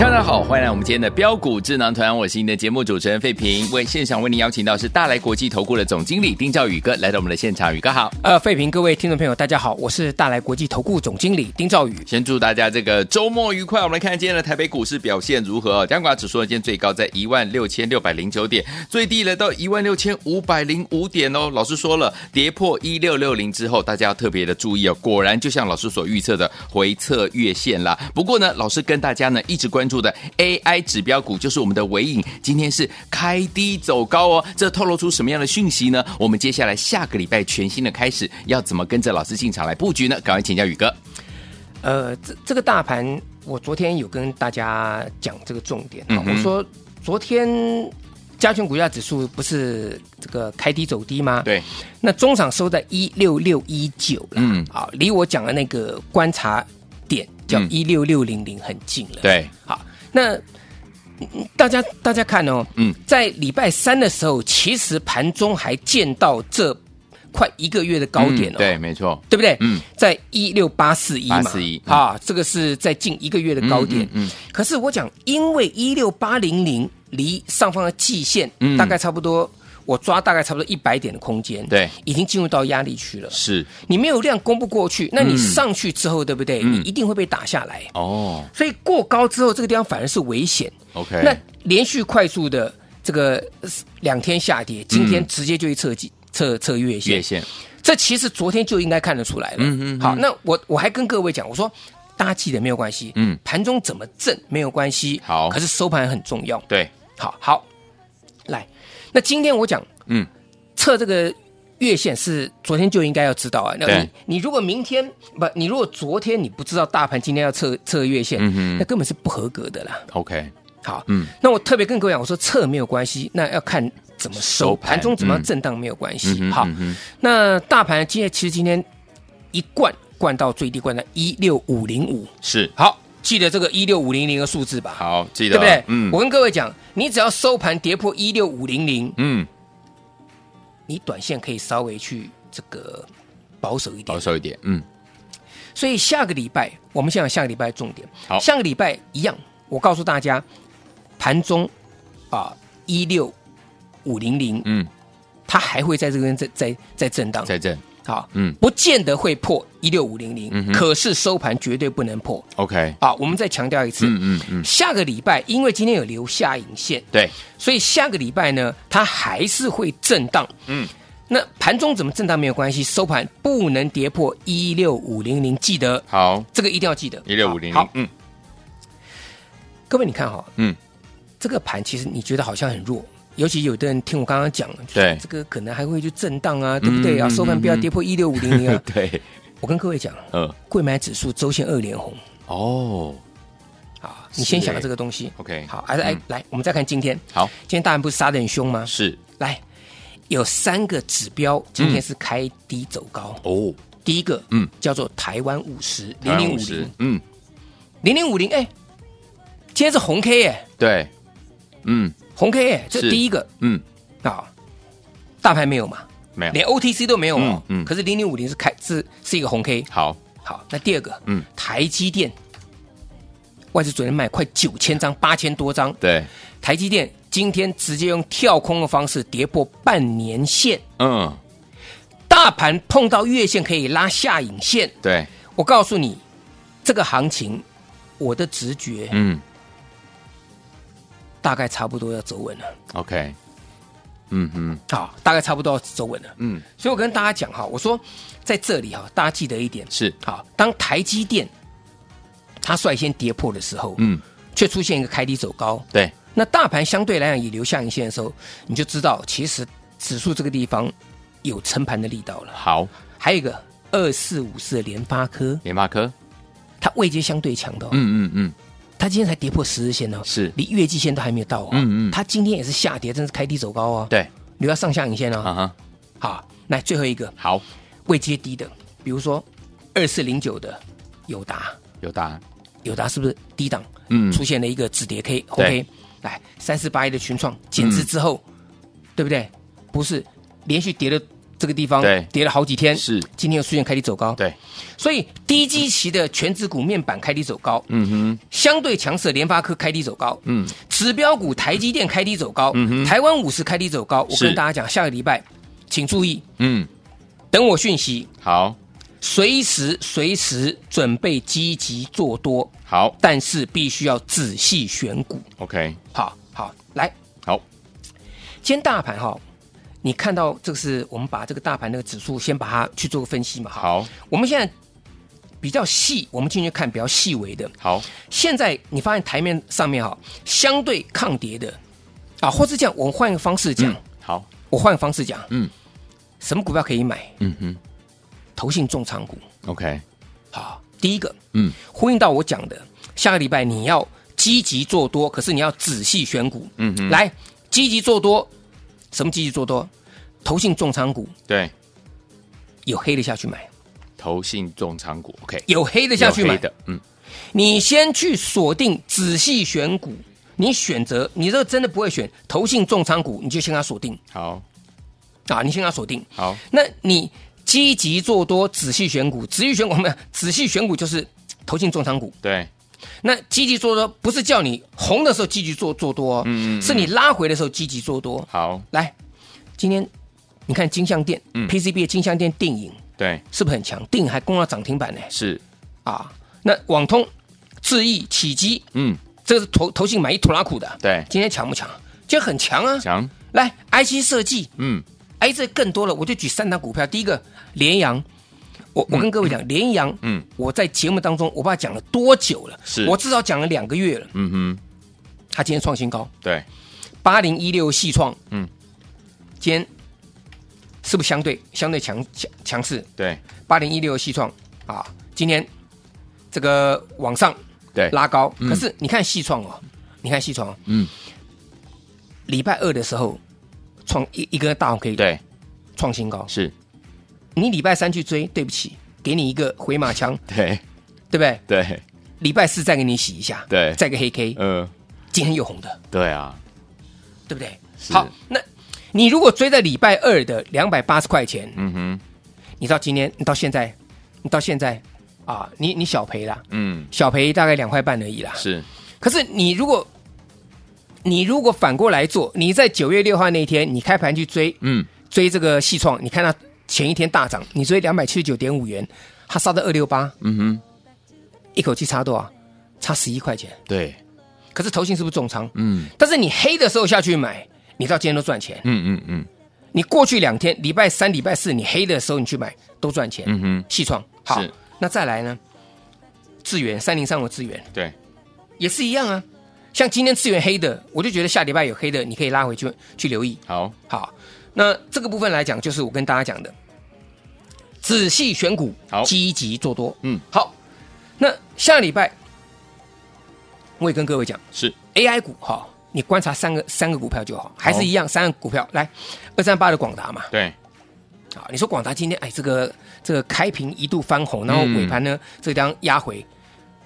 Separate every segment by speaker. Speaker 1: 大家好，欢迎来我们今天的标股智囊团，我是您的节目主持人费平。为现场为您邀请到是大来国际投顾的总经理丁兆宇哥来到我们的现场，宇哥好。
Speaker 2: 呃，费评各位听众朋友，大家好，我是大来国际投顾总经理丁兆宇。
Speaker 1: 先祝大家这个周末愉快。我们来看今天的台北股市表现如何、哦？加权指数呢，今天最高在一万六千六百零九点，最低来到一万六千五百零五点哦。老师说了，跌破一六六零之后，大家要特别的注意哦。果然就像老师所预测的，回测月线啦。不过呢，老师跟大家呢一直关注的 AI 指标股就是我们的尾影，今天是开低走高哦。这透露出什么样的讯息呢？我们接下来下个礼拜全新的开始，要怎么跟着老师进场来布局呢？赶快请教宇哥。
Speaker 2: 呃，这这个大盘，我昨天有跟大家讲这个重点啊、
Speaker 1: 嗯哼
Speaker 2: 我说昨天加权股价指数不是这个开低走低吗？，
Speaker 1: 对，
Speaker 2: 那中场收在一六六一九了，
Speaker 1: 嗯
Speaker 2: 啊，离我讲的那个观察点叫
Speaker 1: 嗯
Speaker 2: 一六六零零很近了。，
Speaker 1: 对，
Speaker 2: 好，那嗯大家大家看哦，
Speaker 1: 嗯，
Speaker 2: 在礼拜三的时候，其实盘中还见到这快一个月的高点哦，
Speaker 1: 嗯对，没错，
Speaker 2: 对不对？
Speaker 1: 嗯，
Speaker 2: 在一六八四一嘛，
Speaker 1: 841嗯
Speaker 2: 啊，这个是在近一个月的高点。
Speaker 1: 嗯嗯嗯
Speaker 2: 可是我讲，因为一六八零零离上方的季线、
Speaker 1: 嗯
Speaker 2: 大概差不多，我抓大概差不多一百点的空间，
Speaker 1: 对，
Speaker 2: 已经进入到压力区了。
Speaker 1: 是
Speaker 2: 你没有量攻不过去，那你上去之后，对不对？
Speaker 1: 嗯
Speaker 2: 你一定会被打下来。
Speaker 1: 哦
Speaker 2: 所以过高之后，这个地方反而是危险。
Speaker 1: ，OK，
Speaker 2: 那连续快速的这个呃两天下跌，今天
Speaker 1: 嗯
Speaker 2: 直接就去测季测测月线，
Speaker 1: 月线，
Speaker 2: 这其实昨天就应该看得出来了。
Speaker 1: 嗯嗯嗯
Speaker 2: 好，那我我还跟各位讲，我说大家记得没有关系，
Speaker 1: 嗯
Speaker 2: 盘中怎么震没有关系，
Speaker 1: 好
Speaker 2: 可是收盘很重要。
Speaker 1: 对，
Speaker 2: 好好，来，那今天我讲
Speaker 1: 嗯，
Speaker 2: 测这个月线是昨天就应该要知道啊。那
Speaker 1: 对
Speaker 2: 你你如果明天不，你如果昨天你不知道大盘今天要测测月线，
Speaker 1: 嗯哼
Speaker 2: 那根本是不合格的啦。
Speaker 1: ，OK，
Speaker 2: 好，
Speaker 1: 嗯，
Speaker 2: 那我特别跟各位讲，我说测没有关系，那要看怎么收，
Speaker 1: 收盘
Speaker 2: 盘中怎么
Speaker 1: 嗯
Speaker 2: 样震荡没有关系。
Speaker 1: 嗯哼
Speaker 2: 好，
Speaker 1: 嗯哼
Speaker 2: 那大盘今天其实今天一贯灌到最低，灌到一六五零五。
Speaker 1: 是
Speaker 2: 好，记得这个一六五零零的数字吧，
Speaker 1: 好，记
Speaker 2: 对
Speaker 1: 得
Speaker 2: 不对？
Speaker 1: 嗯，
Speaker 2: 我跟各位讲，你只要收盘跌破一六五零零，
Speaker 1: 嗯
Speaker 2: 你短线可以稍微去这个保守一点
Speaker 1: 保。守一点，嗯，
Speaker 2: 所以下个礼拜，我们想想下个礼拜的重点。
Speaker 1: 好
Speaker 2: 下个礼拜一样，我告诉大家，盘中啊一六五零零，
Speaker 1: 嗯，
Speaker 2: 它还会在这边在在在震荡。
Speaker 1: 在这
Speaker 2: 好，
Speaker 1: 嗯
Speaker 2: 不见得会破一六五零
Speaker 1: 嗯哼
Speaker 2: 零，可是收盘绝对不能破
Speaker 1: ，OK，
Speaker 2: 啊！我们再强调一次，
Speaker 1: 嗯嗯嗯，
Speaker 2: 下个礼拜因为今天有留下影线，
Speaker 1: 对，
Speaker 2: 所以下个礼拜呢，它还是会震荡。
Speaker 1: 嗯，
Speaker 2: 那盘中怎么震荡没有关系，收盘不能跌破一六五零零，记得
Speaker 1: 好，
Speaker 2: 这个一定要记得
Speaker 1: 一六五零
Speaker 2: 好，好
Speaker 1: 嗯，
Speaker 2: 各位你看哈，
Speaker 1: 嗯，
Speaker 2: 这个盘其实你觉得好像很弱。尤其有的人听我刚刚讲，
Speaker 1: 对
Speaker 2: 这个可能还会去震荡啊，对不对啊？
Speaker 1: 嗯
Speaker 2: 收盘不要跌破一六五零零啊！
Speaker 1: 对，
Speaker 2: 我跟各位讲，
Speaker 1: 嗯，
Speaker 2: 贵买指数周线二连红
Speaker 1: 哦
Speaker 2: 啊！你先
Speaker 1: 是
Speaker 2: 想
Speaker 1: 欸
Speaker 2: 这个东西
Speaker 1: ，OK，
Speaker 2: 好，还是来
Speaker 1: 嗯
Speaker 2: 来，我们再看今天，
Speaker 1: 好，
Speaker 2: 今天大盘不是杀的很凶吗？
Speaker 1: 是
Speaker 2: 来，有三个指标今天是开低走高，
Speaker 1: 哦，
Speaker 2: 第一个
Speaker 1: 嗯
Speaker 2: 叫做台湾五十
Speaker 1: 台
Speaker 2: 零
Speaker 1: 湾
Speaker 2: 零五
Speaker 1: 50
Speaker 2: 零
Speaker 1: 嗯，
Speaker 2: 零零五零，哎，今天是红 K 哎，
Speaker 1: 对，嗯
Speaker 2: 红 K 哎，
Speaker 1: 是
Speaker 2: 这第一个
Speaker 1: 嗯，
Speaker 2: 啊，大盘没有嘛，
Speaker 1: 没有，
Speaker 2: 连 OTC 都没有哦，
Speaker 1: 哎嗯嗯
Speaker 2: 可是零零五零是开是是一个红 K，
Speaker 1: 好，
Speaker 2: 好，那第二个，
Speaker 1: 嗯
Speaker 2: 嗯，台积电，外资昨天卖快九千张，八千多张，
Speaker 1: 对，
Speaker 2: 台积电今天直接用跳空的方式跌破半年线，
Speaker 1: 嗯，
Speaker 2: 大盘碰到月线可以拉下影线。
Speaker 1: 对，
Speaker 2: 我告诉你，这个行情，我的直觉
Speaker 1: 嗯
Speaker 2: 大概差不多要走稳了，
Speaker 1: ，OK，嗯哼，
Speaker 2: 好，大概差不多要走稳了。
Speaker 1: 嗯，
Speaker 2: 所以我跟大家讲哈，我说在这里哈，大家记得一点，
Speaker 1: 是，
Speaker 2: 好，当台积电它率先跌破的时候，
Speaker 1: 嗯，
Speaker 2: 却出现一个开低走高，
Speaker 1: 对，
Speaker 2: 那大盘相对来讲也留下影线的时候，你就知道其实指数这个地方有撑盘的力道了。
Speaker 1: 好，
Speaker 2: 还有一个二四五四的联发科，
Speaker 1: 联发科，
Speaker 2: 它位阶相对强的、哦，
Speaker 1: 嗯嗯嗯，
Speaker 2: 它今天才跌破十日线哦，
Speaker 1: 是
Speaker 2: 离月季线都还没有到哦，
Speaker 1: 嗯嗯
Speaker 2: 它今天也是下跌，真是开低走高哦，，
Speaker 1: 对，
Speaker 2: 留下上下影线哦，
Speaker 1: 啊哈，
Speaker 2: 好，来最后一个
Speaker 1: 好，
Speaker 2: 位阶低的，比如说二四零九的友达，
Speaker 1: 有答案，
Speaker 2: 友达是不是低档？
Speaker 1: 嗯
Speaker 2: 出现了一个止跌 K 红 K，来三四八一的群创减
Speaker 1: 嗯
Speaker 2: 资之后，对不对？不是连续跌了这个地方
Speaker 1: 对，
Speaker 2: 跌了好几天，
Speaker 1: 是
Speaker 2: 今天又出现开低走高，，
Speaker 1: 对，
Speaker 2: 所以低基期的全指股面板开低走高，
Speaker 1: 嗯哼，
Speaker 2: 相对强势的联发科开低走高，
Speaker 1: 嗯，
Speaker 2: 指标股台积电开低走高，
Speaker 1: 嗯哼
Speaker 2: 台湾五十开低走高。我
Speaker 1: 是
Speaker 2: 跟大家讲，下个礼拜请注意，
Speaker 1: 嗯，
Speaker 2: 等我讯息，
Speaker 1: 好，
Speaker 2: 随时随时准备积极做多，
Speaker 1: 好
Speaker 2: 但是必须要仔细选股。
Speaker 1: ，OK，
Speaker 2: 好好，来，
Speaker 1: 好，
Speaker 2: 今天大盘哈，你看到这个是我们把这个大盘那个指数先把它去做个分析嘛。，
Speaker 1: 好，
Speaker 2: 我们现在比较细，我们进去看比较细微的。
Speaker 1: 好，
Speaker 2: 现在你发现台面上面哈，相对抗跌的啊，或是这样，我换一个方式讲，
Speaker 1: 嗯，好，
Speaker 2: 我换个方式讲，
Speaker 1: 嗯，
Speaker 2: 什么股票可以买？
Speaker 1: 嗯哼
Speaker 2: 投信重仓股。
Speaker 1: ，OK，
Speaker 2: 好，第一个
Speaker 1: 嗯
Speaker 2: 呼应到我讲的，下个礼拜你要积极做多，可是你要仔细选股。
Speaker 1: 嗯哼，，
Speaker 2: 来，积极做多，什么积极做多？投信重仓股
Speaker 1: 对，
Speaker 2: 有黑的下去买，
Speaker 1: 投信重仓股，OK，
Speaker 2: 有黑的下去
Speaker 1: 有
Speaker 2: 买
Speaker 1: 黑。的，嗯，
Speaker 2: 你先去锁定，仔细选股。你选择，你这个真的不会选投信重仓股，你就先给它锁定
Speaker 1: 好，
Speaker 2: 啊，你先给它锁定。
Speaker 1: 好，
Speaker 2: 那你积极做多，仔细选股，仔细选股，我们仔细选股就是投信重仓股。
Speaker 1: 对，
Speaker 2: 那积极做多不是叫你红的时候积极做做多、哦，
Speaker 1: 嗯嗯嗯
Speaker 2: 是你拉回的时候积极做多。
Speaker 1: 好，
Speaker 2: 来，今天你看金像店、
Speaker 1: 嗯
Speaker 2: PCB 的金像店定影
Speaker 1: 对，
Speaker 2: 是不是很强？定影还攻到涨停板呢
Speaker 1: 是，
Speaker 2: 啊！那网通、智易、启基，
Speaker 1: 嗯，
Speaker 2: 这是投投信买一拖拉苦的，
Speaker 1: 对
Speaker 2: 今天强不强？今天很强啊！
Speaker 1: 强，
Speaker 2: 来，IC 设计，
Speaker 1: 嗯，
Speaker 2: 哎，这更多了，我就举三档股票。第一个联阳，我我跟各位讲，联阳，
Speaker 1: 嗯
Speaker 2: 嗯，我在节目当中我不知道讲了多久了，
Speaker 1: 是
Speaker 2: 我至少讲了两个月了。
Speaker 1: 嗯哼，
Speaker 2: 它今天创新高，
Speaker 1: 对，
Speaker 2: 八零一六细创，
Speaker 1: 嗯
Speaker 2: 嗯，今天是不是相对相对强强强势？
Speaker 1: 对，
Speaker 2: 八零一六细创啊，今天这个往上
Speaker 1: 对，
Speaker 2: 拉高，
Speaker 1: 嗯
Speaker 2: 可是你看细创哦，你看细创、哦，
Speaker 1: 嗯，
Speaker 2: 礼拜二的时候创一一个大红 K，，
Speaker 1: 对，
Speaker 2: 创新高。
Speaker 1: 是，
Speaker 2: 你礼拜三去追，对不起，给你一个回马枪，
Speaker 1: 对，
Speaker 2: 对不对？
Speaker 1: 对，
Speaker 2: 礼拜四再给你洗一下，
Speaker 1: 对
Speaker 2: 再个黑 K，
Speaker 1: 呃，
Speaker 2: 今天又红的，
Speaker 1: 对啊，
Speaker 2: 对不对？
Speaker 1: 是
Speaker 2: 好，那你如果追在礼拜二的两百八十块钱，
Speaker 1: 嗯哼，
Speaker 2: 你到今天，你到现在，你到现在啊，你你小赔啦，
Speaker 1: 嗯，
Speaker 2: 小赔大概两块半而已啦。
Speaker 1: 是，
Speaker 2: 可是你如果你如果反过来做，你在九月六号那一天，你开盘去追
Speaker 1: 嗯，
Speaker 2: 追这个细创，你看它前一天大涨，你追两百七十九点五元，它杀到二六八，
Speaker 1: 嗯哼，
Speaker 2: 一口气差多少？差十一块钱。
Speaker 1: 对，
Speaker 2: 可是投信是不是重仓？
Speaker 1: 嗯，
Speaker 2: 但是你黑的时候下去买，你到今天都赚钱。
Speaker 1: 嗯嗯嗯，
Speaker 2: 你过去两天，礼拜三、礼拜四你黑的时候你去买都赚钱。
Speaker 1: 嗯哼，
Speaker 2: 细创好
Speaker 1: 是，
Speaker 2: 那再来呢？智源三零三五智源
Speaker 1: 对，
Speaker 2: 也是一样啊。像今天智源黑的，我就觉得下礼拜有黑的，你可以拉回去去留意。
Speaker 1: 好，
Speaker 2: 好，那这个部分来讲，就是我跟大家讲的，仔细选股
Speaker 1: 好，
Speaker 2: 积极做多。
Speaker 1: 嗯，
Speaker 2: 好，那下礼拜我也跟各位讲
Speaker 1: 是，
Speaker 2: AI 股哈，你观察三个三个股票就好，还是一样三个股票。来，二三八的广达嘛，
Speaker 1: 对，
Speaker 2: 啊，你说广达今天哎，这个这个开屏一度翻红，然后
Speaker 1: 嗯
Speaker 2: 尾盘呢、这个地方压回，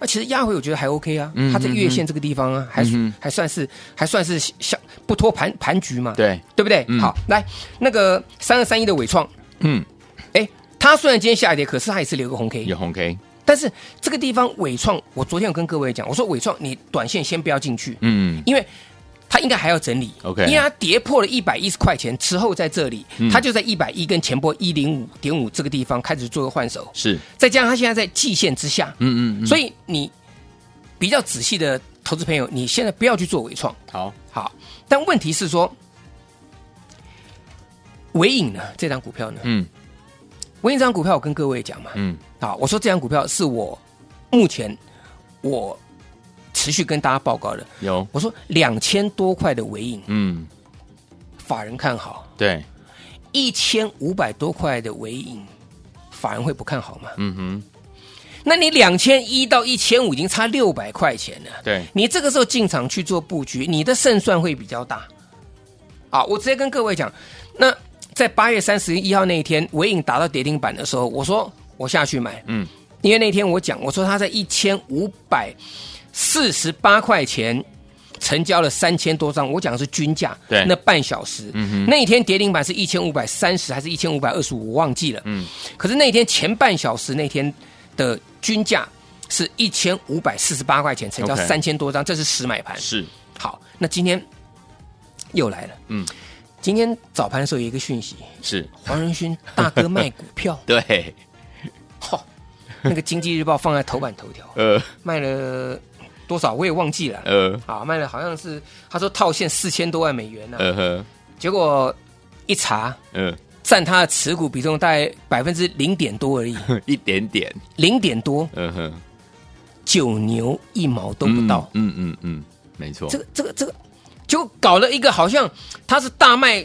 Speaker 2: 那其实压回我觉得还 OK 啊，
Speaker 1: 嗯
Speaker 2: 它在月线这个地方啊，还是、
Speaker 1: 嗯
Speaker 2: 还算是还算是像不脱盘盘局嘛，
Speaker 1: 对，
Speaker 2: 对不对？
Speaker 1: 嗯
Speaker 2: 好，来那个三二三一的伟创，
Speaker 1: 嗯，
Speaker 2: 哎，它虽然今天下跌，可是它也是留个红 K，
Speaker 1: 有红 K，
Speaker 2: 但是这个地方伟创，我昨天有跟各位讲，我说伟创你短线先不要进去，
Speaker 1: 嗯，
Speaker 2: 因为它应该还要整理
Speaker 1: OK
Speaker 2: 因为它跌破了一百一十块钱之后，在这里，
Speaker 1: 嗯
Speaker 2: 它就在一百一跟前波一零五点五这个地方开始做个换手，
Speaker 1: 是，
Speaker 2: 再加上它现在在季线之下，
Speaker 1: 嗯嗯嗯，
Speaker 2: 所
Speaker 1: 以
Speaker 2: 以你比较仔细的投资朋友，你现在不要去做尾创，
Speaker 1: 好，
Speaker 2: 好，但问题是说，尾影呢这张股票呢，
Speaker 1: 嗯
Speaker 2: 尾影这张股票我跟各位讲嘛，
Speaker 1: 嗯，
Speaker 2: 啊，我说这张股票是我目前我。持续跟大家报告的。
Speaker 1: 有，
Speaker 2: 我说两千多块的尾影，
Speaker 1: 嗯，
Speaker 2: 法人看好；
Speaker 1: 对，
Speaker 2: 一千五百多块的尾影，法人会不看好吗？
Speaker 1: 嗯哼，
Speaker 2: 那你两千一到一千五已经差六百块钱了。
Speaker 1: 对，
Speaker 2: 你这个时候进场去做布局，你的胜算会比较大。啊，我直接跟各位讲，那在八月三十一号那一天，尾影打到跌停板的时候，我说我下去买，
Speaker 1: 嗯，
Speaker 2: 因为那天我讲，我说它在一千五百四十八块钱成交了三千多张，我讲的是均价，
Speaker 1: 对
Speaker 2: 那半小时，
Speaker 1: 嗯哼
Speaker 2: 那一天跌停板是一千五百三十还是一千五百二十五，我忘记了，
Speaker 1: 嗯，
Speaker 2: 可是那一天前半小时那天的均价是一千五百四十八块钱，成交
Speaker 1: OK
Speaker 2: 三千多张，这是实买盘。
Speaker 1: 是，
Speaker 2: 好，那今天又来了，
Speaker 1: 嗯，
Speaker 2: 今天早盘的时候有一个讯息，
Speaker 1: 是，，
Speaker 2: 黄仁勋大哥卖股票
Speaker 1: 对，
Speaker 2: 吼，那个经济日报放在头版头条，
Speaker 1: 呃
Speaker 2: 卖了多少我也忘记了，
Speaker 1: 呃
Speaker 2: 啊，卖了好像是他说套现四千多万美元呢、
Speaker 1: 呃呵，
Speaker 2: 结果一查。
Speaker 1: 呃，
Speaker 2: 占他的持股比重大概百分之零点多而已，
Speaker 1: 一点点，
Speaker 2: 零点多，
Speaker 1: 呃呵，
Speaker 2: 九牛一毛都不到。
Speaker 1: 嗯，嗯嗯嗯，没错
Speaker 2: 这，个这个这个，就搞了一个好像他是大卖，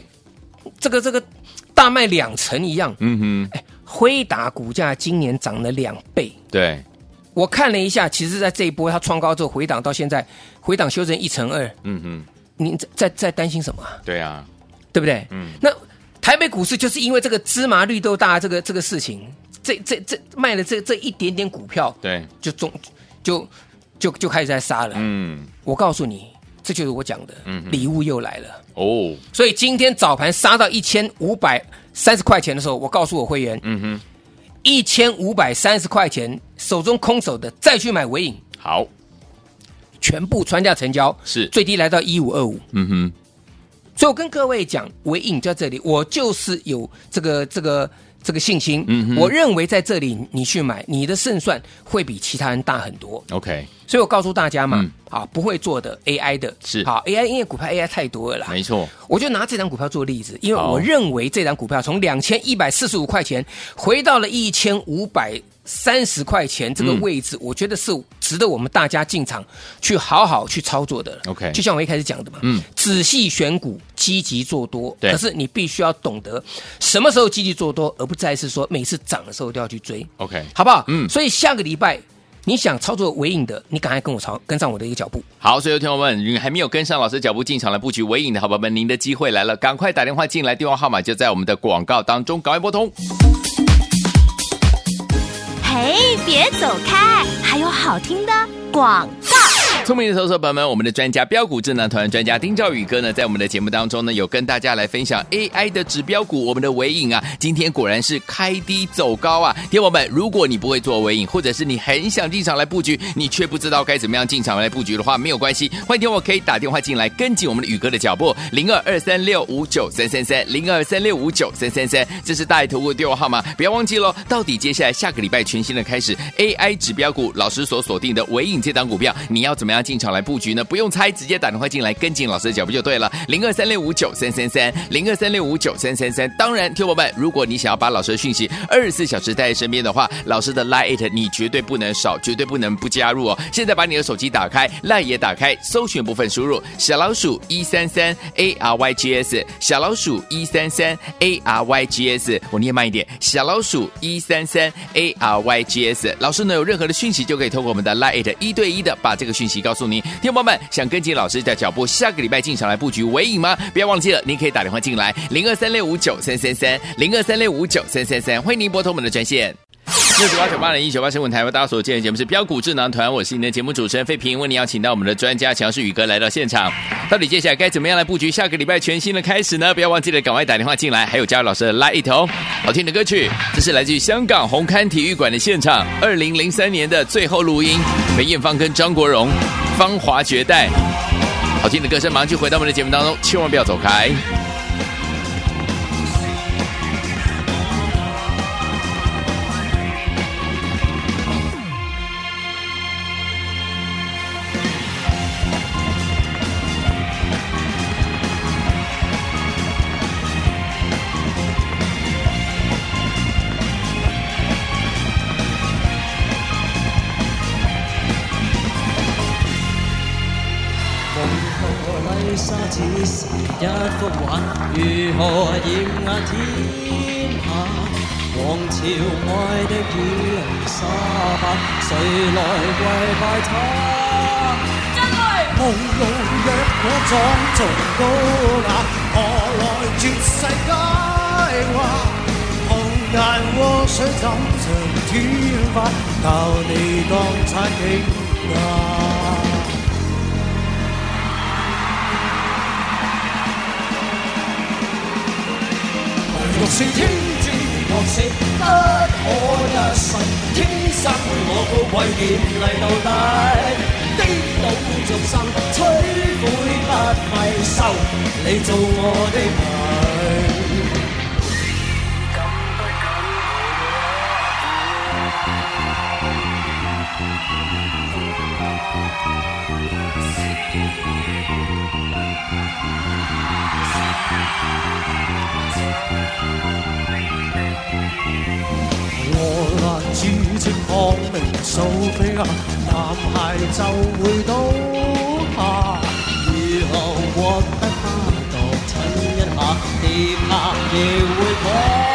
Speaker 2: 这个这个大卖两成一样。哎
Speaker 1: 嗯哼，
Speaker 2: 辉达股价今年涨了两倍，
Speaker 1: 对，
Speaker 2: 我看了一下，其实在这一波它创高之后回档到现在，回档修正一成二，
Speaker 1: 嗯哼，
Speaker 2: 您在在在担心什么、啊？
Speaker 1: 对啊，
Speaker 2: 对不对？
Speaker 1: 嗯，
Speaker 2: 那台北股市就是因为这个芝麻绿豆大这个这个事情，这这这卖了这这一点点股票，
Speaker 1: 对，
Speaker 2: 就中就就就开始在杀了。
Speaker 1: 嗯，
Speaker 2: 我告诉你，这就是我讲的，
Speaker 1: 嗯哼
Speaker 2: 礼物又来了。
Speaker 1: 哦，
Speaker 2: 所以今天早盘杀到一千五百三十块钱的时候，我告诉我会员，
Speaker 1: 嗯哼，
Speaker 2: 一千五百三十块钱手中空手的再去买尾影，
Speaker 1: 好，
Speaker 2: 全部穿价成交，
Speaker 1: 是
Speaker 2: 最低来到一五二五。
Speaker 1: 嗯哼，
Speaker 2: 所以我跟各位讲，尾影就在这里，我就是有这个这个这个信心，嗯，我认为在这里你去买，你的胜算会比其他人大很多。
Speaker 1: ，OK，
Speaker 2: 所以我告诉大家嘛，
Speaker 1: 嗯
Speaker 2: 啊，不会做的 AI 的
Speaker 1: 是
Speaker 2: 好 AI，因为股票 AI 太多了啦，
Speaker 1: 没错，
Speaker 2: 我就拿这张股票做例子，因为
Speaker 1: 好
Speaker 2: 我认为这张股票从两千一百四十五块钱回到了一千五百三十块钱这个
Speaker 1: 嗯
Speaker 2: 位置，我觉得是值得我们大家进场去好好去操作的。
Speaker 1: OK
Speaker 2: 就像我一开始讲的嘛，
Speaker 1: 嗯，
Speaker 2: 仔细选股，积极做多。
Speaker 1: 对
Speaker 2: 可是你必须要懂得什么时候积极做多，而不再是说每次涨的时候都要去追。
Speaker 1: ，OK，
Speaker 2: 好不好？
Speaker 1: 嗯
Speaker 2: 所以下个礼拜你想操作尾影的，你赶快跟我操跟上我的一个脚步。
Speaker 1: 好，所以有听友们，你还没有跟上老师脚步进场来布局尾影的好朋友们，您的机会来了，赶快打电话进来，电话号码就在我们的广告当中，赶快拨通。
Speaker 3: 嘿，别走开，还有好听的广告。
Speaker 1: 聪明的投资者朋友们，我们的专家标股智囊团专家丁兆宇哥呢，在我们的节目当中呢，有跟大家来分享 AI 的指标股，我们的尾影啊，今天果然是开低走高啊。听友们，如果你不会做尾影，或者是你很想进场来布局，你却不知道该怎么样进场来布局的话，没有关系，欢迎听我可以打电话进来，跟紧我们的宇哥的脚步，零二二三六五九三三三，零二三六五九三三三，这是大爱投顾的电话号码，不要忘记喽。到底接下来下个礼拜全新的开始，AI 指标股老师所锁定的尾影这档股票，你要怎么样进场来布局呢？不用猜，直接打电话进来跟进老师的脚步就对了。零二三六五九三三三，零二三六五九三三三。当然，听众朋友们，如果你想要把老师的讯息二十四小时带在身边的话，老师的 Line it 你绝对不能少，绝对不能不加入哦。现在把你的手机打开，Line 也打开，搜寻部分输入小老鼠一三三 A R Y G S，小老鼠一三三 A R Y G S，我念慢一点，小老鼠一三三 A R Y G S。老师呢有任何的讯息就可以透过我们的 Line it 一对一的把这个讯息告诉您。听众朋友们，想跟紧老师的脚步，下个礼拜进场来布局尾影吗？不要忘记了，您可以打电话进来零二三六五九三三三零二三六五九三三三，欢迎您拨通我们的专线。六九八九八零一九八新闻台为大家所见的节目是标股智囊团，我是你的节目主持人费平，为您邀请到我们的专家强势宇哥来到现场。到底接下来该怎么样来布局下个礼拜全新的开始呢？不要忘记了赶快打电话进来，还有加入老师的拉一头好听的歌曲，这是来自于香港红磡体育馆的现场，二零零三年的最后录音，梅艳芳跟张国荣，芳华绝代。好听的歌声马上就回到我们的节目当中，千万不要走开。
Speaker 4: Voice 一幅畫，如何艳壓天下？王朝愛的伊麗莎白，誰來跪拜他？無路若我撞造高雅，何來絕世佳話？紅顏禍水怎像天花，靠你當餐景啊！若是天注定，莫是得我一世，天生配我高貴艳麗到底。的老俗生，摧毀不迷愁，你做我的迷。我拿住隻抗命掃飛啊，男孩就會倒下。以後獲得他度親一下，地下亦會垮。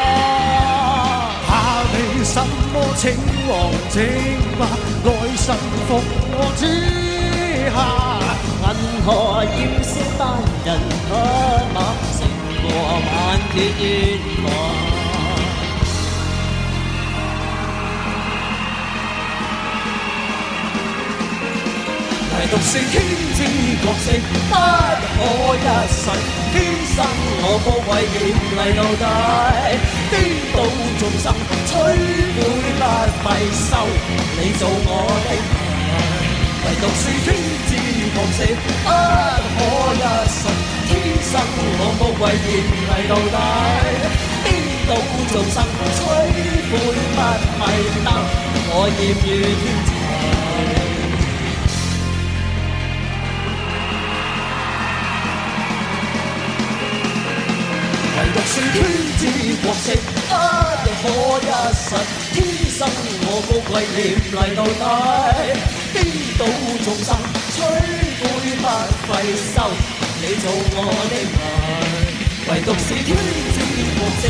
Speaker 4: 怕你什麼請王請吧，來臣服我之下。銀河要消單人匹馬，勝過萬劫煙馬。唯獨是天之角色，不可一世。天生我高貴艳麗到底，顛倒眾生，摧毀不閉收。你做我的愛，唯獨是天之角色，不可一世。天生我高貴艳麗到底，顛倒眾生，摧毀不迷兜。我厭於天才。唯獨是天之國色，不可一世。天生我高貴豔麗到底，顛倒眾生，摧毀不費收。你做我的愛，唯獨是天之國色，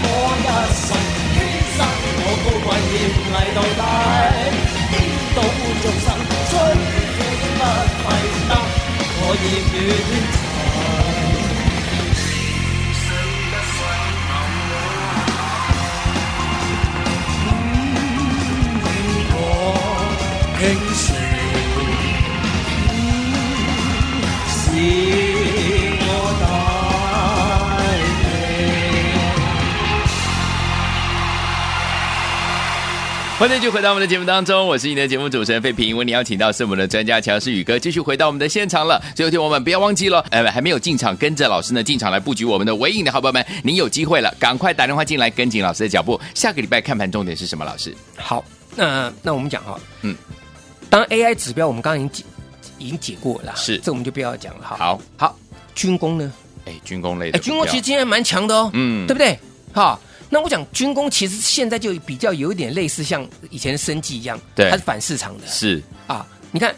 Speaker 4: 不可一世。天生我高貴豔麗到底，顛倒眾生，摧毀不費收。我厭與天才。我傾城，是我大命。
Speaker 1: 欢迎继续回到我们的节目当中，我是你的节目主持人费平。为你邀请到是我们的专家乔世宇哥，继续回到我们的现场了。所以，有听我们不要忘记了，呃，还没有进场，跟着老师呢进场来布局我们的尾影的好朋友们，您有机会了，赶快打电话进来跟紧老师的脚步。下个礼拜看盘重点是什么？老师，
Speaker 2: 好，那那我们讲哈，
Speaker 1: 嗯
Speaker 2: 嗯，当 AI 指标我们刚刚已经解已经解过了啦，
Speaker 1: 是
Speaker 2: 这我们就不要讲了哈。
Speaker 1: 好，
Speaker 2: 好，军工呢？
Speaker 1: 哎，军工类
Speaker 2: 哎，
Speaker 1: 的，
Speaker 2: 军工其实今天蛮强的哦，
Speaker 1: 嗯
Speaker 2: 嗯，对不对？好，那我讲军工其实现在就比较有一点类似像以前的生计一样，
Speaker 1: 对
Speaker 2: 它是反市场的
Speaker 1: 是
Speaker 2: 啊。你看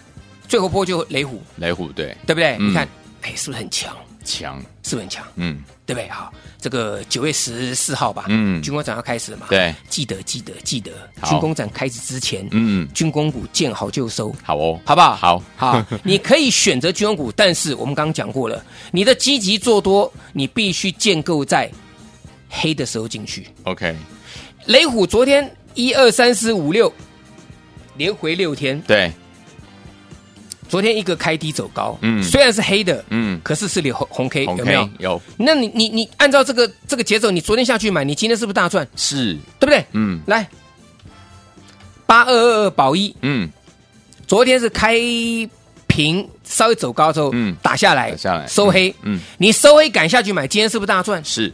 Speaker 2: 最活泼就雷虎，
Speaker 1: 雷虎对
Speaker 2: 对不对？
Speaker 1: 嗯
Speaker 2: 你看，哎，是不是很强？
Speaker 1: 强，
Speaker 2: 是不是很强？
Speaker 1: 嗯，
Speaker 2: 对不对？好，这个九月十四号吧，
Speaker 1: 嗯
Speaker 2: 嗯，军工展要开始了嘛，
Speaker 1: 对，
Speaker 2: 记得记得记得，
Speaker 1: 好
Speaker 2: 军工展开始之前，
Speaker 1: 嗯
Speaker 2: 嗯，军工股见好就收。
Speaker 1: 好哦，
Speaker 2: 好不好？
Speaker 1: 好
Speaker 2: 好， 你可以选择军工股，但是我们刚刚讲过了，你的积极做多，你必须建构在黑的时候进去。
Speaker 1: ，OK，
Speaker 2: 雷虎昨天一二三四五六连回六天，
Speaker 1: 对，
Speaker 2: 昨天一个开低走高，
Speaker 1: 嗯
Speaker 2: 嗯，虽然是黑的，
Speaker 1: 嗯
Speaker 2: 嗯，可是是留红红 K，
Speaker 1: 红
Speaker 2: 有没有
Speaker 1: K？有哎
Speaker 2: 那你你你按照这个这个节奏，你昨天下去买，你今天是不是大赚？
Speaker 1: 是，
Speaker 2: 对不对？
Speaker 1: 嗯
Speaker 2: 来，八二二二宝一，
Speaker 1: 嗯，
Speaker 2: 昨天是开平稍微走高之后，
Speaker 1: 嗯
Speaker 2: 嗯，打下来，
Speaker 1: 打下来
Speaker 2: 收黑，
Speaker 1: 嗯嗯
Speaker 2: 嗯，你收黑赶下去买，今天是不是大赚？
Speaker 1: 是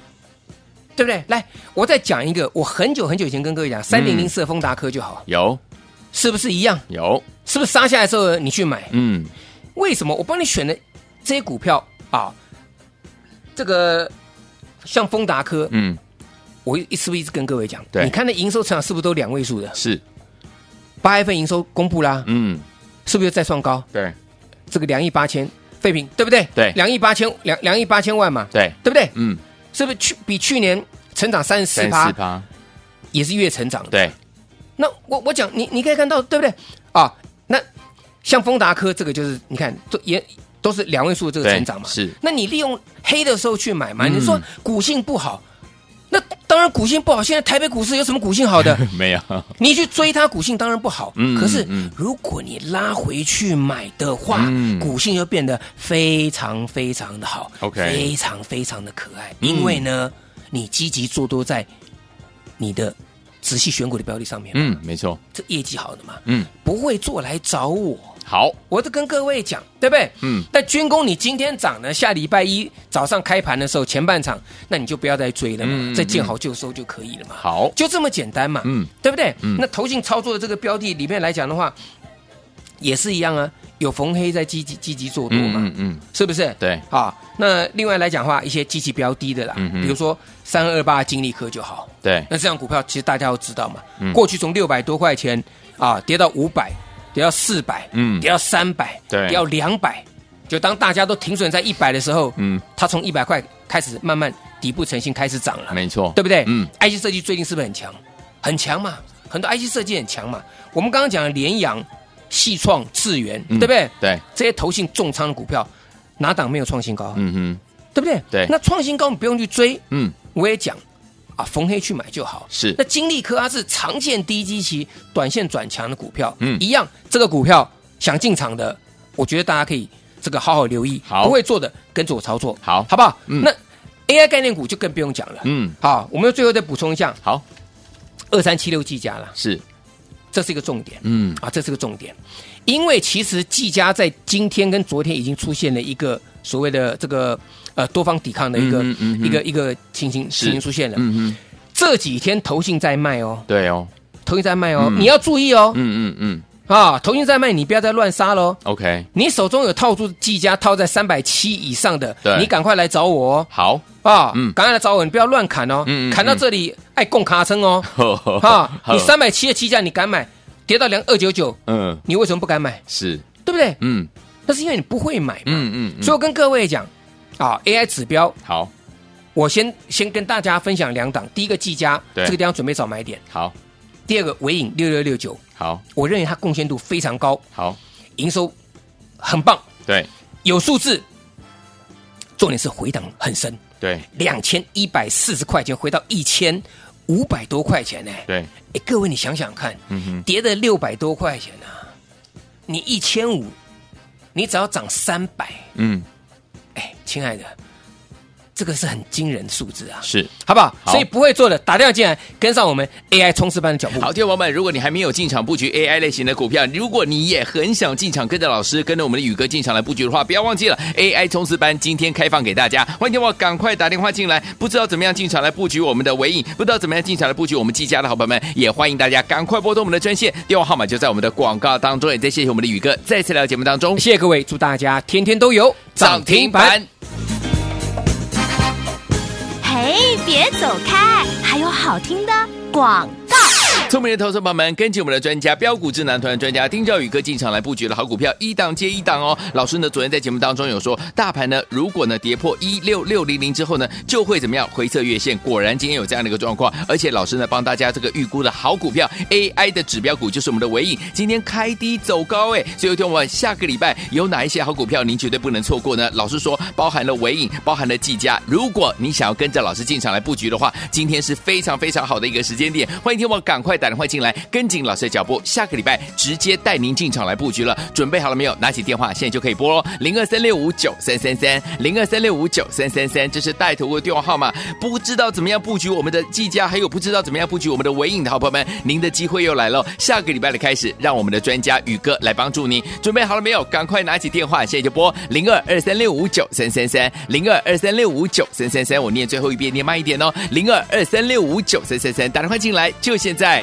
Speaker 2: 对不对？来，我再讲一个，我很久很久以前跟各位
Speaker 1: 嗯
Speaker 2: 讲，三零零四的丰达科就好，
Speaker 1: 有
Speaker 2: 是不是一样？
Speaker 1: 有，
Speaker 2: 是不是杀下来之后你去买？
Speaker 1: 嗯，
Speaker 2: 为什么我帮你选的这些股票啊？这个像丰达科，
Speaker 1: 嗯，
Speaker 2: 我一是不是一直跟各位讲？
Speaker 1: 对
Speaker 2: 你看那营收成长是不是都两位数的？
Speaker 1: 是，
Speaker 2: 八月份营收公布啦，
Speaker 1: 嗯，
Speaker 2: 是不是又再创高？
Speaker 1: 对，
Speaker 2: 这个两亿八千，废品，对不对？
Speaker 1: 对
Speaker 2: 两亿八千两两亿八千万嘛，
Speaker 1: 对，
Speaker 2: 对不对？
Speaker 1: 嗯，
Speaker 2: 是不是去比去年成长三十四
Speaker 1: 三
Speaker 2: 趴
Speaker 1: 四，趴，
Speaker 2: 也是月成长的？
Speaker 1: 对，
Speaker 2: 那我我讲你你可以看到对不对啊？那像丰达科这个就是你看都也都是两位数的这个
Speaker 1: 对
Speaker 2: 成长嘛，
Speaker 1: 是
Speaker 2: 那你利用黑的时候去买嘛？
Speaker 1: 嗯
Speaker 2: 你说股性不好，那当然股性不好。现在台北股市有什么股性好的？
Speaker 1: 没有，
Speaker 2: 你去追它股性当然不好，
Speaker 1: 嗯
Speaker 2: 可是
Speaker 1: 嗯嗯
Speaker 2: 如果你拉回去买的话，
Speaker 1: 嗯
Speaker 2: 股性就变得非常非常的好
Speaker 1: OK
Speaker 2: 非常非常的可爱。
Speaker 1: 嗯
Speaker 2: 因为呢，你积极做多在你的仔细选股的标的上面，
Speaker 1: 嗯，没错，
Speaker 2: 这业绩好的嘛，
Speaker 1: 嗯，
Speaker 2: 不会做来找我。
Speaker 1: 好，
Speaker 2: 我都跟各位讲，对不对？
Speaker 1: 嗯
Speaker 2: 那军工你今天涨呢，下礼拜一早上开盘的时候，前半场，那你就不要再追了嘛，
Speaker 1: 嗯嗯
Speaker 2: 再见好就收就可以了嘛。
Speaker 1: 好，
Speaker 2: 就这么简单嘛，
Speaker 1: 嗯，
Speaker 2: 对不对？
Speaker 1: 嗯
Speaker 2: 那投信操作的这个标的里面来讲的话，也是一样啊，有逢黑在积极积极做多
Speaker 1: 嗯
Speaker 2: 嘛，
Speaker 1: 嗯嗯，
Speaker 2: 是不是？
Speaker 1: 对
Speaker 2: 啊。那另外来讲的话，一些积极标的的啦，
Speaker 1: 嗯哼
Speaker 2: 比如说三二八金利科就好，
Speaker 1: 对，
Speaker 2: 那这样股票其实大家都知道嘛，
Speaker 1: 嗯
Speaker 2: 过去从六百多块钱啊跌到五百，跌到四百，
Speaker 1: 嗯
Speaker 2: 跌到三百，
Speaker 1: 对
Speaker 2: 跌到两百，就当大家都停损在一百的时候，
Speaker 1: 嗯，
Speaker 2: 它从一百块开始慢慢底部成型开始涨了，
Speaker 1: 没错，
Speaker 2: 对不对？
Speaker 1: 嗯
Speaker 2: ，IC 设计最近是不是很强？很强嘛，很多 IC 设计很强嘛。我们刚刚讲的联阳、细创、智源，
Speaker 1: 嗯
Speaker 2: 对不对？
Speaker 1: 对，
Speaker 2: 这些投信重仓的股票，哪档没有创新高啊？
Speaker 1: 嗯哼，
Speaker 2: 对不对？
Speaker 1: 对
Speaker 2: 那创新高你不用去追，
Speaker 1: 嗯，
Speaker 2: 我也讲啊，逢黑去买就好。
Speaker 1: 是
Speaker 2: 那金利科它是长线低基期、短线转强的股票，
Speaker 1: 嗯
Speaker 2: 一样，这个股票想进场的，我觉得大家可以这个好好留意，
Speaker 1: 好
Speaker 2: 不会做的跟着我操作，
Speaker 1: 好
Speaker 2: 好不好？
Speaker 1: 嗯
Speaker 2: 那 AI 概念股就更不用讲了，
Speaker 1: 嗯，
Speaker 2: 好，我们最后再补充一下
Speaker 1: 好，
Speaker 2: 二三七六技嘉啦，
Speaker 1: 是，
Speaker 2: 这是一个重点
Speaker 1: 嗯，
Speaker 2: 啊，这是个重点，因为其实技嘉在今天跟昨天已经出现了一个所谓的这个呃多方抵抗的一个、
Speaker 1: 嗯哼嗯哼
Speaker 2: 一个一个情形
Speaker 1: 是
Speaker 2: 情形出现了，
Speaker 1: 嗯哼，
Speaker 2: 这几天投信在卖哦，
Speaker 1: 对哦，
Speaker 2: 投信在卖哦，
Speaker 1: 嗯
Speaker 2: 你要注意哦、
Speaker 1: 嗯嗯嗯
Speaker 2: 啊，投信在卖，你不要再乱杀喽。
Speaker 1: ，OK，
Speaker 2: 你手中有套住技嘉套在三百七以上的
Speaker 1: 对，
Speaker 2: 你赶快来找我哦
Speaker 1: 好，
Speaker 2: 啊！
Speaker 1: 嗯
Speaker 2: 赶快来找我，你不要乱砍哦，
Speaker 1: 嗯嗯
Speaker 2: 砍到这里爱供卡称哦。
Speaker 1: 哈
Speaker 2: 啊，你，三百七的七价你敢买，跌到两二九九，
Speaker 1: 嗯，
Speaker 2: 你为什么不敢买？
Speaker 1: 是，
Speaker 2: 对不对？
Speaker 1: 嗯
Speaker 2: 那是因为你不会买嘛。
Speaker 1: 嗯嗯，
Speaker 2: 所以我跟各位讲啊，AI 指标，
Speaker 1: 好，
Speaker 2: 我先先跟大家分享两档，第一个技嘉，
Speaker 1: 对
Speaker 2: 这个地方准备找买点；
Speaker 1: 好，
Speaker 2: 第二个伟影六六六九，
Speaker 1: 好，
Speaker 2: 我认为它贡献度非常高，
Speaker 1: 好，
Speaker 2: 营收很棒，
Speaker 1: 对
Speaker 2: 有数字，重点是回档很深，
Speaker 1: 对
Speaker 2: 两千一百四十块钱回到一千五百多块钱呢、
Speaker 1: 对，
Speaker 2: 哎，各位你想想看，
Speaker 1: 嗯哼，
Speaker 2: 跌了六百多块钱啊，你一千五，你只要涨三百，
Speaker 1: 嗯，
Speaker 2: 哎，亲爱的，这个是很惊人的数字啊，
Speaker 1: 是。
Speaker 2: 好不好？
Speaker 1: 好
Speaker 2: 所以不会做的打电话进来，跟上我们 AI 冲刺班的脚步。
Speaker 1: 好，听众朋友们，如果你还没有进场布局 AI 类型的股票，如果你也很想进场跟着老师，跟着我们的宇哥进场来布局的话，不要忘记了 AI 冲刺班今天开放给大家，欢迎听我赶快打电话进来。不知道怎么样进场来布局我们的尾影，不知道怎么样进场来布局我们技嘉的好朋友们，也欢迎大家赶快拨通我们的专线，电话号码就在我们的广告当中。也再谢谢我们的宇哥再次来到节目当中，
Speaker 2: 谢谢各位，祝大家天天都有。
Speaker 3: 嘿，别走开，还有好听的广告。
Speaker 1: 聪明的投资者朋友们，跟紧我们的专家标股智囊团的专家丁兆宇哥进场来布局了好股票，一档接一档哦。老师呢，昨天在节目当中有说，大盘呢如果呢跌破一六六零零之后呢，就会怎么样回撤月线。果然今天有这样的一个状况，而且老师呢帮大家这个预估的好股票 AI 的指标股就是我们的尾影，今天开低走高哎，所以有天我们下个礼拜有哪一些好股票您绝对不能错过呢？老师说包含了尾影，包含了技嘉，如果你想要跟着老师进场来布局的话，今天是非常非常好的一个时间点，欢迎听我赶快打电话进来，跟紧老师的脚步，下个礼拜直接带您进场来布局了。准备好了没有？拿起电话，现在就可以拨喽，零二三六五九三三三，零二三六五九三三三，这是带头的电话号码。不知道怎么样布局我们的技嘉，还有不知道怎么样布局我们的尾影的好朋友们，您的机会又来了。下个礼拜的开始，让我们的专家宇哥来帮助您。准备好了没有？赶快拿起电话，现在就拨零二二三六五九三三三，零二二三六五九三三三。我念最后一遍，念慢一点哦，零二二三六五九三三三，打电话进来就现在。